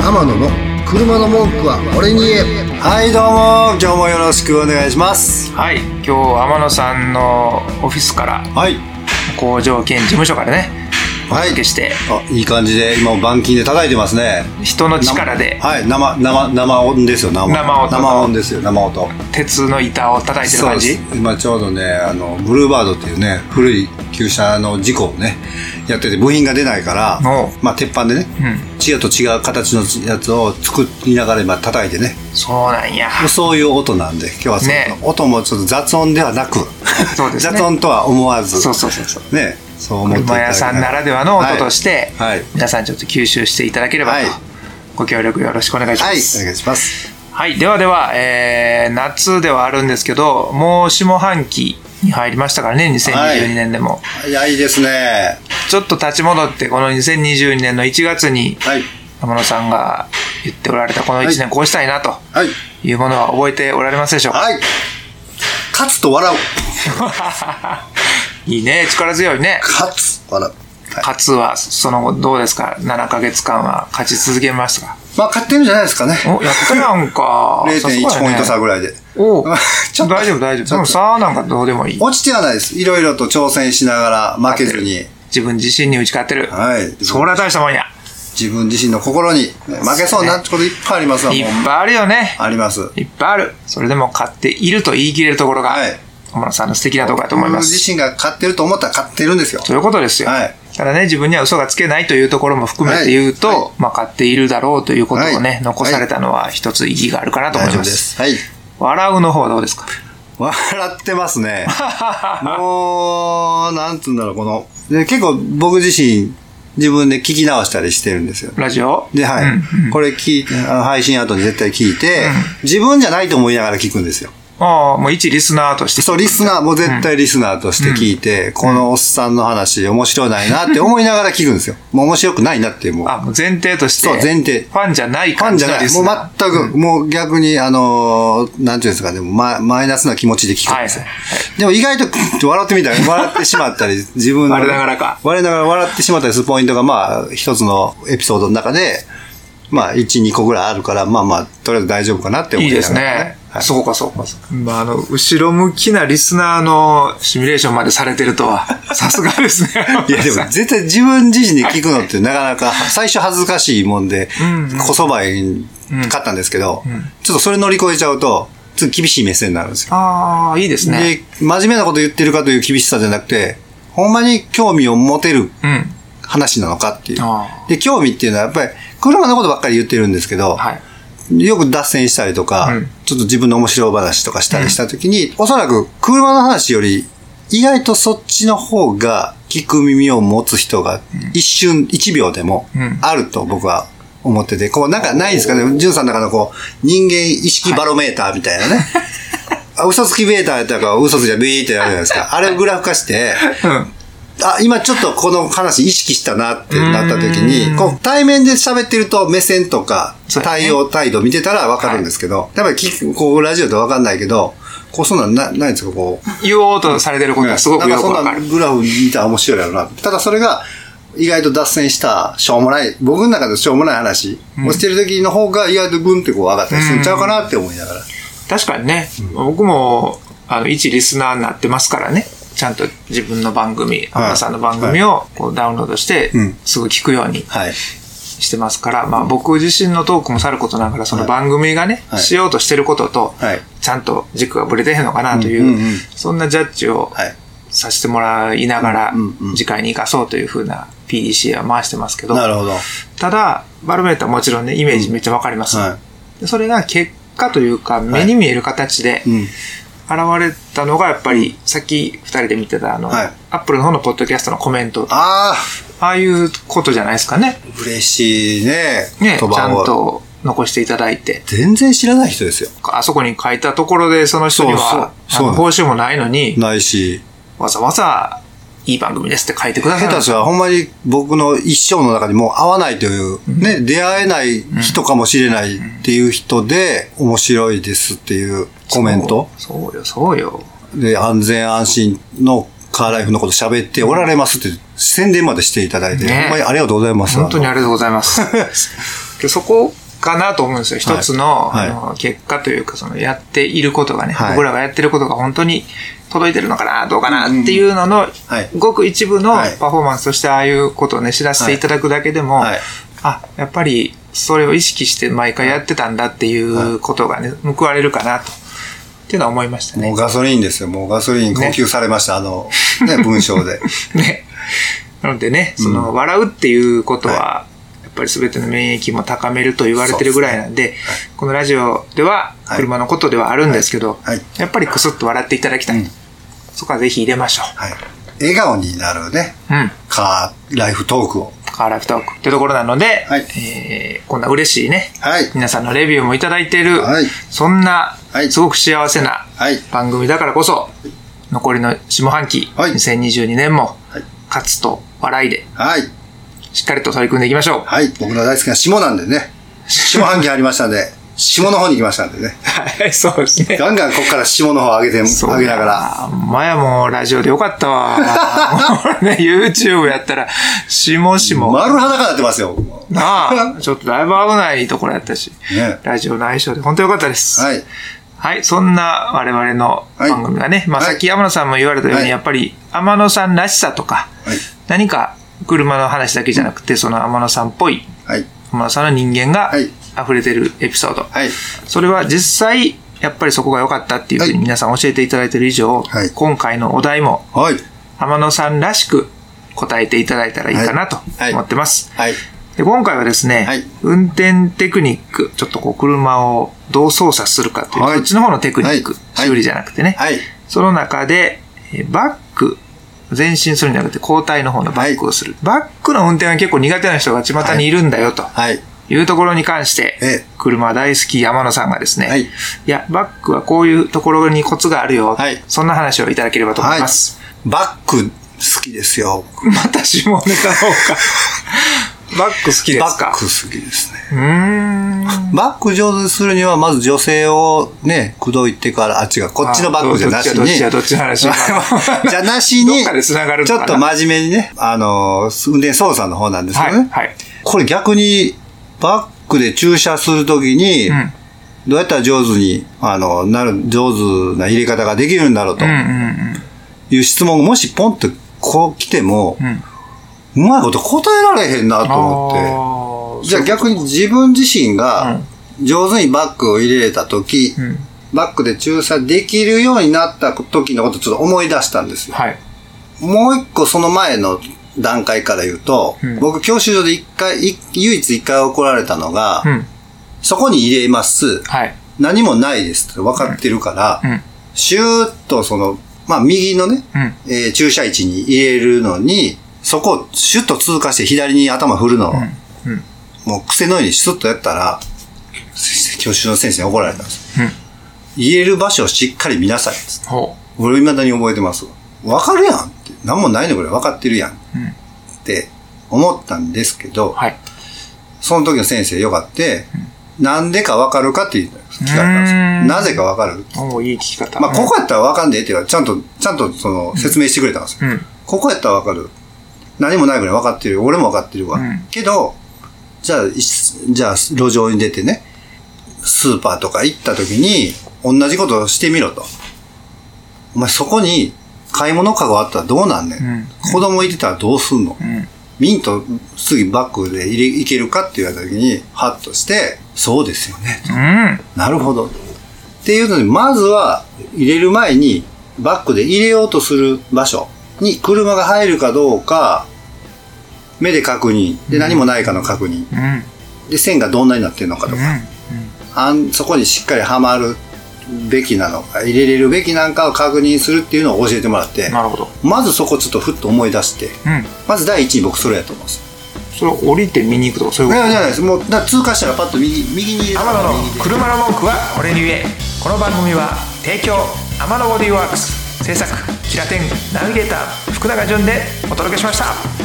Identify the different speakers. Speaker 1: 天野の車の文句は俺に言え
Speaker 2: はいどうも今日もよろしくお願いします
Speaker 3: はい今日天野さんのオフィスから
Speaker 2: はい
Speaker 3: 工場兼事務所からねお
Speaker 2: はい
Speaker 3: 届けして
Speaker 2: あいい感じで今も板金で叩いてますね
Speaker 3: 人の力で
Speaker 2: はい生生生音ですよ生音
Speaker 3: 生音
Speaker 2: ですよ生音
Speaker 3: 鉄の板を叩いてる感じ
Speaker 2: そうです今ちょうどねあのブルーバードっていうね古い旧車の事故をねやってて部品が出ないから
Speaker 3: おう
Speaker 2: まあ鉄板でね、
Speaker 3: う
Speaker 2: 違うと違う形のやつを作りながら今叩いてね
Speaker 3: そうなんや
Speaker 2: そういう音なんで今日はその、
Speaker 3: ね
Speaker 2: 音もちょっと雑音ではなく、
Speaker 3: そうですね
Speaker 2: 雑音とは思わず
Speaker 3: そうそうそうそう
Speaker 2: ねそう思っていた
Speaker 3: 車
Speaker 2: だき
Speaker 3: 屋
Speaker 2: い
Speaker 3: さんならではの音として、
Speaker 2: はいはい
Speaker 3: 皆さんちょっと吸収していただければと、
Speaker 2: はい
Speaker 3: ご協力よろしくお願いしま
Speaker 2: はい
Speaker 3: す
Speaker 2: お、願いします
Speaker 3: はい、ではでは、えー夏ではあるんですけど、もう下半期に入りましたからね、2022年でも。
Speaker 2: いやいいですね
Speaker 3: ちょっと立ち戻って、この2022年の1月に、
Speaker 2: はい
Speaker 3: 天野さんが言っておられたこの1
Speaker 2: はい
Speaker 3: 年こうしたいなと
Speaker 2: はい
Speaker 3: いうものは覚えておられますでしょうか、
Speaker 2: はい勝つと笑う
Speaker 3: い、いね、力強いね。
Speaker 2: 勝つ笑うはい
Speaker 3: 勝つは、その後どうですか ?7 ヶ月間は勝ち続けましたか
Speaker 2: まあ勝ってるんじゃないですかね。
Speaker 3: お、やったやんか さすがや
Speaker 2: 0.1
Speaker 3: ね
Speaker 2: ポイント差。ぐらいで
Speaker 3: お
Speaker 2: ちょっと
Speaker 3: 大丈夫大丈夫。
Speaker 2: ち
Speaker 3: で
Speaker 2: ょ
Speaker 3: も
Speaker 2: っと
Speaker 3: さあなんかどうでもいい。
Speaker 2: 落ちてはないですいろいろと挑戦しながら負けずに
Speaker 3: 自分自身に打ち勝ってる。
Speaker 2: はい
Speaker 3: そりゃ大したもんや。
Speaker 2: 自分自身の心にね負けそうになってこといっぱいありますわもう
Speaker 3: いっぱいあるよね。
Speaker 2: あります
Speaker 3: いっぱいある。それでも買っていると言い切れるところが
Speaker 2: はい、
Speaker 3: 小野さんの素敵なところだと思います。
Speaker 2: 自身が勝ってると思ったら勝ってるんですよ
Speaker 3: ということですよ。
Speaker 2: はい
Speaker 3: ただね、自分には嘘がつけないというところも含めて言うと、
Speaker 2: はいはい
Speaker 3: まあ、買っているだろうということをね、
Speaker 2: はい
Speaker 3: 残されたのは一つ意義があるかなと思
Speaker 2: 大
Speaker 3: い
Speaker 2: 丈夫
Speaker 3: ま。
Speaker 2: ですすはい
Speaker 3: 笑うの方はどうですか
Speaker 2: 笑ってます ね。もう、なんつうんだろう、この、で結構僕自身、自分で聞き直したりしてるんですよ。
Speaker 3: ラジオ
Speaker 2: で、はい。
Speaker 3: うん
Speaker 2: これ聞いあの配信後に絶対聞いて、自分じゃないと思いながら聞くんですよ。
Speaker 3: ああ、もう一リスナーとして。
Speaker 2: そう、リスナー、もう絶対リスナーとして聞いて、このおっさんの話面白ないなって思いながら聞くんですよ。もう面白くないなって、もう。
Speaker 3: あ、もう前提として。
Speaker 2: そう前提
Speaker 3: ファンじゃない
Speaker 2: ファン
Speaker 3: 感
Speaker 2: じ
Speaker 3: じ
Speaker 2: ゃ
Speaker 3: の
Speaker 2: ない。
Speaker 3: リ
Speaker 2: も
Speaker 3: ス
Speaker 2: う
Speaker 3: ナー。
Speaker 2: 全く、もう逆に、あのーなんていうんですかね、もうママイナスな気持ちで聞くんですよ。
Speaker 3: はい
Speaker 2: でも意外とクッと笑ってみたり、笑ってしまった り、自分の。
Speaker 3: 我ながらか
Speaker 2: 我ながら笑ってしまったりするポイントが、まあ、一つのエピソードの中で、まあ、1、2個ぐらいあるから、まあまあ、とりあえず大丈夫かなって思
Speaker 3: いい
Speaker 2: いな
Speaker 3: で
Speaker 2: が
Speaker 3: す
Speaker 2: ら
Speaker 3: ね。
Speaker 2: はい
Speaker 3: そうか、そうか。まあ、あの、後ろ向きなリスナーのシミュレーションまでされてる とは、さすがですね。
Speaker 2: いやでも絶対自分自身で聞くのってなかな か最初恥ずかしいもんで
Speaker 3: んうん、
Speaker 2: こそばい買ったんですけど、ちょっとそれ乗り越えちゃうと、ちょっと厳しい目線になるんですよ。
Speaker 3: ああ、いいですね。
Speaker 2: で、真面目なこと言ってるかという厳しさじゃなくて、ほんまに興味を持てる
Speaker 3: うん。
Speaker 2: 話なのかっていう
Speaker 3: あ。
Speaker 2: で、興味っていうのはやっぱり、車のことばっかり言ってるんですけど、
Speaker 3: はい。
Speaker 2: よく脱線したりとか、
Speaker 3: うん
Speaker 2: ちょっと自分の面白い話とかしたりした時に、おそらく車の話より、意外とそっちの方が聞く耳を持つ人が一瞬、一秒でも
Speaker 3: うん
Speaker 2: あると僕は思ってて、こうなんかないですかね、ジュンさんの中のこう、人間意識バロメーターみたいなね。 あ嘘つきベーターやったら嘘つきがビーってなるじゃないですか。あれをグラフ化して、
Speaker 3: うん。
Speaker 2: あ、今ちょっとこの話意識したなってなった時
Speaker 3: う
Speaker 2: に、
Speaker 3: ん
Speaker 2: こう対面で喋ってると目線とか
Speaker 3: そうだね
Speaker 2: 対応、態度見てたらわかるんですけど、やっぱり聞くこうラジオでわかんないけど、こうそんなんなないんですか、こう。
Speaker 3: 言おうとされてることがすごくよくわ
Speaker 2: な
Speaker 3: か
Speaker 2: んかそん
Speaker 3: る。
Speaker 2: なグラフ見たら面白いやろな。ただそれが意外と脱線した、しょうもない、僕の中でしょうもない話をしてる時の方が意外とグンってこう上がったりするんちゃうかなって思いながら。
Speaker 3: 確かにね、僕も、あの、一リスナーになってますからね。ちゃんと自分の番組、浜田さんの番組をこうダウンロードして
Speaker 2: うん、
Speaker 3: すぐ聞くように
Speaker 2: はい。
Speaker 3: してますから、まあ僕自身のトークもさることながら、その
Speaker 2: はい
Speaker 3: 番組がね、
Speaker 2: はい
Speaker 3: しようとしてることと
Speaker 2: はい、
Speaker 3: ちゃんと軸がぶれてへんのかなとい
Speaker 2: うんうんうん
Speaker 3: う、そんなジャッジを
Speaker 2: はい。
Speaker 3: させてもらいながら
Speaker 2: うんうんう、ん
Speaker 3: 次回に生かそうというふうな PDCA は回してますけど、
Speaker 2: なるほど。
Speaker 3: ただ、バロメーターもちろんね、イメージめっちゃわかります。
Speaker 2: は
Speaker 3: でそれが結果というか、目に見える形で
Speaker 2: い。うん。
Speaker 3: 現れたのが、やっぱり、さっき二人で見てた、あの、
Speaker 2: はい
Speaker 3: アップルの方のポッドキャストのコメント、あ
Speaker 2: ああ、
Speaker 3: あいうことじゃないですかね。
Speaker 2: 嬉しいね。
Speaker 3: ね、ち
Speaker 2: 言葉
Speaker 3: ゃ
Speaker 2: を
Speaker 3: んと残していただいて。
Speaker 2: 全然知らない人ですよ。
Speaker 3: あそこに書いたところで、その人には、
Speaker 2: そうそう
Speaker 3: あの報酬もないのに、
Speaker 2: ないし、
Speaker 3: わざわざ、いい番組ですって書いてくださ
Speaker 2: 下
Speaker 3: るんで
Speaker 2: 手
Speaker 3: す
Speaker 2: したらほんまに僕の一生の中にもう会わないという、ね、出会えない人かもしれないっていう人で、面白いですっていうコメント
Speaker 3: そうそうよ、そうよ。
Speaker 2: で、安全安心のカーライフのこと喋っておられますって宣伝までしていただいて、
Speaker 3: ね
Speaker 2: ほんまにありがとうございます。
Speaker 3: 本当に
Speaker 2: あ
Speaker 3: ありがとうございます。でそこかなと思うんですよ。一つの,、
Speaker 2: はい
Speaker 3: あの結果というか、そのやっていることがね、
Speaker 2: はい
Speaker 3: 僕らがやってることが本当に届いてるのかな、どうかなっていうのの、
Speaker 2: はい
Speaker 3: ごく一部の
Speaker 2: はい
Speaker 3: パフォーマンスとしてああいうことをね、知らせていただくだけでも、
Speaker 2: はい
Speaker 3: あ、やっぱりそれを意識して毎回やってたんだっていうことがね、報われるかなと、っていうのは思いましたね。
Speaker 2: もうガソリンですよ。もうガソリン高級されました。あの、 ね、文章で。
Speaker 3: ね。なのでね、その、笑うっていうことは、やっぱり全ての免疫も高めると言われてるぐらいなんで、このラジオでは、
Speaker 2: はい
Speaker 3: 車のことではあるんですけど、
Speaker 2: はいはい
Speaker 3: やっぱりクスッと笑っていただきた
Speaker 2: う
Speaker 3: い。
Speaker 2: ん
Speaker 3: そこはぜひ入れましょ
Speaker 2: はい。笑顔になるね。
Speaker 3: う。うん。
Speaker 2: カー、ライフトークを。
Speaker 3: カーライフトークってところなので、
Speaker 2: はい
Speaker 3: えーこんな嬉しいね、
Speaker 2: はい
Speaker 3: 皆さんのレビューもいただいている、
Speaker 2: はい
Speaker 3: そんな、
Speaker 2: はい
Speaker 3: すごく幸せな
Speaker 2: はい
Speaker 3: 番組だからこそ、残りの下半期、
Speaker 2: はい
Speaker 3: 2022年も、
Speaker 2: はい
Speaker 3: 勝つと笑いで、
Speaker 2: はい。
Speaker 3: しっかりと取り組んでいきましょう。
Speaker 2: はい。僕の大好きな下なんでね。下半期ありましたんで、下の方に行きましたんでね。
Speaker 3: はい、そうですね。
Speaker 2: ガンガンここから下の方上げて、上げながら。
Speaker 3: ら。前もラジオでよかった わ。もうね、YouTube やったら、しもしも。
Speaker 2: 丸裸になってますよ。もう
Speaker 3: なあ、ちょっとだいぶ危ないところやったし。
Speaker 2: ね
Speaker 3: ラジオの相性で本当よかったです。。
Speaker 2: はいい。
Speaker 3: そんな我々の番組がね、まあ
Speaker 2: はい
Speaker 3: さっき天野さんも言われたように、
Speaker 2: はい
Speaker 3: やっぱり天野さんらしさとか、
Speaker 2: はい
Speaker 3: 何か車の話だけじゃなくて、その天野さんっぽい、
Speaker 2: はい。
Speaker 3: 天野さんの人間が
Speaker 2: はい
Speaker 3: 溢れてるエピソード。
Speaker 2: はい。
Speaker 3: それは実際、やっぱりそこが良かったっていうふうに
Speaker 2: はい
Speaker 3: 皆さん教えていただいている以上、
Speaker 2: はい
Speaker 3: 今回のお題も
Speaker 2: はい。
Speaker 3: 天野さんらしく答えていただいたらいいかなと
Speaker 2: はい
Speaker 3: 思ってます。
Speaker 2: はい。
Speaker 3: で今回はですね、
Speaker 2: はい
Speaker 3: 運転テクニック、ちょっとこう車をどう操作するかという、
Speaker 2: はい
Speaker 3: こっちの方のテクニック、
Speaker 2: はい
Speaker 3: 修理じゃなくてね、
Speaker 2: はい。
Speaker 3: その中で、えーバック、前進するんじゃなくて後退の方のバックをする。バックの運転は結構苦手な人が巷にいるんだよと。
Speaker 2: はい。
Speaker 3: いうところに関して、
Speaker 2: ええ
Speaker 3: 車大好き山野さんがですね、
Speaker 2: はい
Speaker 3: いや、バックはこういうところにコツがあるよ、
Speaker 2: はい
Speaker 3: そんな話をいただければと思います。
Speaker 2: バック好きですよ。
Speaker 3: また下ネタの方か。バック好きで
Speaker 2: バ
Speaker 3: す
Speaker 2: ッ
Speaker 3: か
Speaker 2: ク好きですね。
Speaker 3: うーん。
Speaker 2: バック上手にするには、まず女性をね、口説いてから、あ、違う、こっちのバックじゃなしに。
Speaker 3: どっちやどっちやどっちの話
Speaker 2: じゃなし
Speaker 3: どっ
Speaker 2: に、
Speaker 3: かで繋がるの
Speaker 2: ち
Speaker 3: か
Speaker 2: ょ
Speaker 3: な
Speaker 2: っと真面目にね、あの、運転操作の方なんですけどね。
Speaker 3: はいはい
Speaker 2: これ逆に、バックで駐車するときに、
Speaker 3: ん
Speaker 2: どうやったら上手に、あの、なる、上手な入れ方ができるんだろうと
Speaker 3: うんうん
Speaker 2: いう質問が、もしポンってこう来ても、
Speaker 3: うん。うん。
Speaker 2: うまいこと答えられへんなと思って。
Speaker 3: って
Speaker 2: じゃあ逆に自分自身が上手にバッグを入れれた時、
Speaker 3: ん
Speaker 2: バッグで駐車できるようになった時のことをちょっと思い出したんですよ。
Speaker 3: はい。
Speaker 2: もう一個その前の段階から言うと、
Speaker 3: うん
Speaker 2: 僕教習所で一回、い唯一一回怒られたのが、
Speaker 3: うん。
Speaker 2: そこに入れます。
Speaker 3: はい。
Speaker 2: 何もないですって分かってるから、
Speaker 3: うん。
Speaker 2: シューッとその、まあ右のね、
Speaker 3: うん。
Speaker 2: えー駐車位置に入れるのに、そこをシュッと通過して左に頭振るの、
Speaker 3: うん。うん。
Speaker 2: もう癖のようにスッとやったら、教習の先生に怒られたんです。言える場所をしっかり見なさいっつって。
Speaker 3: ほ
Speaker 2: 俺未だに覚えてますわ。わかるやんって。何もないのこれ分かってるやんっ
Speaker 3: う。うん。
Speaker 2: て思ったんですけど、
Speaker 3: はい。
Speaker 2: その時の先生よかって、なんでかわかるかって聞かれたん
Speaker 3: う
Speaker 2: で
Speaker 3: ん
Speaker 2: すよ。なぜかわかる。
Speaker 3: おーいい聞き方。
Speaker 2: まあ、ここやったらわかんねえって言われてちゃんと、ちゃんとその説明してくれたんですよ。
Speaker 3: うん。うん。
Speaker 2: ここやったらわかる。何もないぐらい分かってるよ。俺も分かってるわ。
Speaker 3: うん
Speaker 2: けど、じゃあ、いじゃあ、路上に出てね、スーパーとか行った時に、同じことをしてみろと。お前そこに買い物カゴあったらどうなんねん。
Speaker 3: うん
Speaker 2: 子供いてたらどうすんの、
Speaker 3: うん。
Speaker 2: ミント、次バッグで入れ、いけるかって言われた時に、ハッとして、そうですよね。
Speaker 3: うん。
Speaker 2: なるほど。っていうので、まずは入れる前に、バックで入れようとする場所に車が入るかどうか、目で確認。で、何もないかの確認。
Speaker 3: うん。
Speaker 2: で、線がどんなになってるのかとか、あんそこにしっかりはまるべきなのか、入れれるべきなんかを確認するっていうのを教えてもらって、
Speaker 3: なるほど。
Speaker 2: まずそこちょっとふっと思い出して、
Speaker 3: うん。
Speaker 2: まず第一に僕それやと思うんですよ。
Speaker 3: それを降りて見に行くとか、そう
Speaker 2: い
Speaker 3: いうこ
Speaker 2: やじゃないです。もう、だから通過したらパッと右、右に入れ
Speaker 3: と。
Speaker 2: た
Speaker 3: 天
Speaker 2: ら
Speaker 3: 野の
Speaker 2: 右で
Speaker 3: 車の文句は俺に言え。この番組は提供、天野ボディーワークス、制作、キラテン、ナビゲーター、福永潤でお届けしました。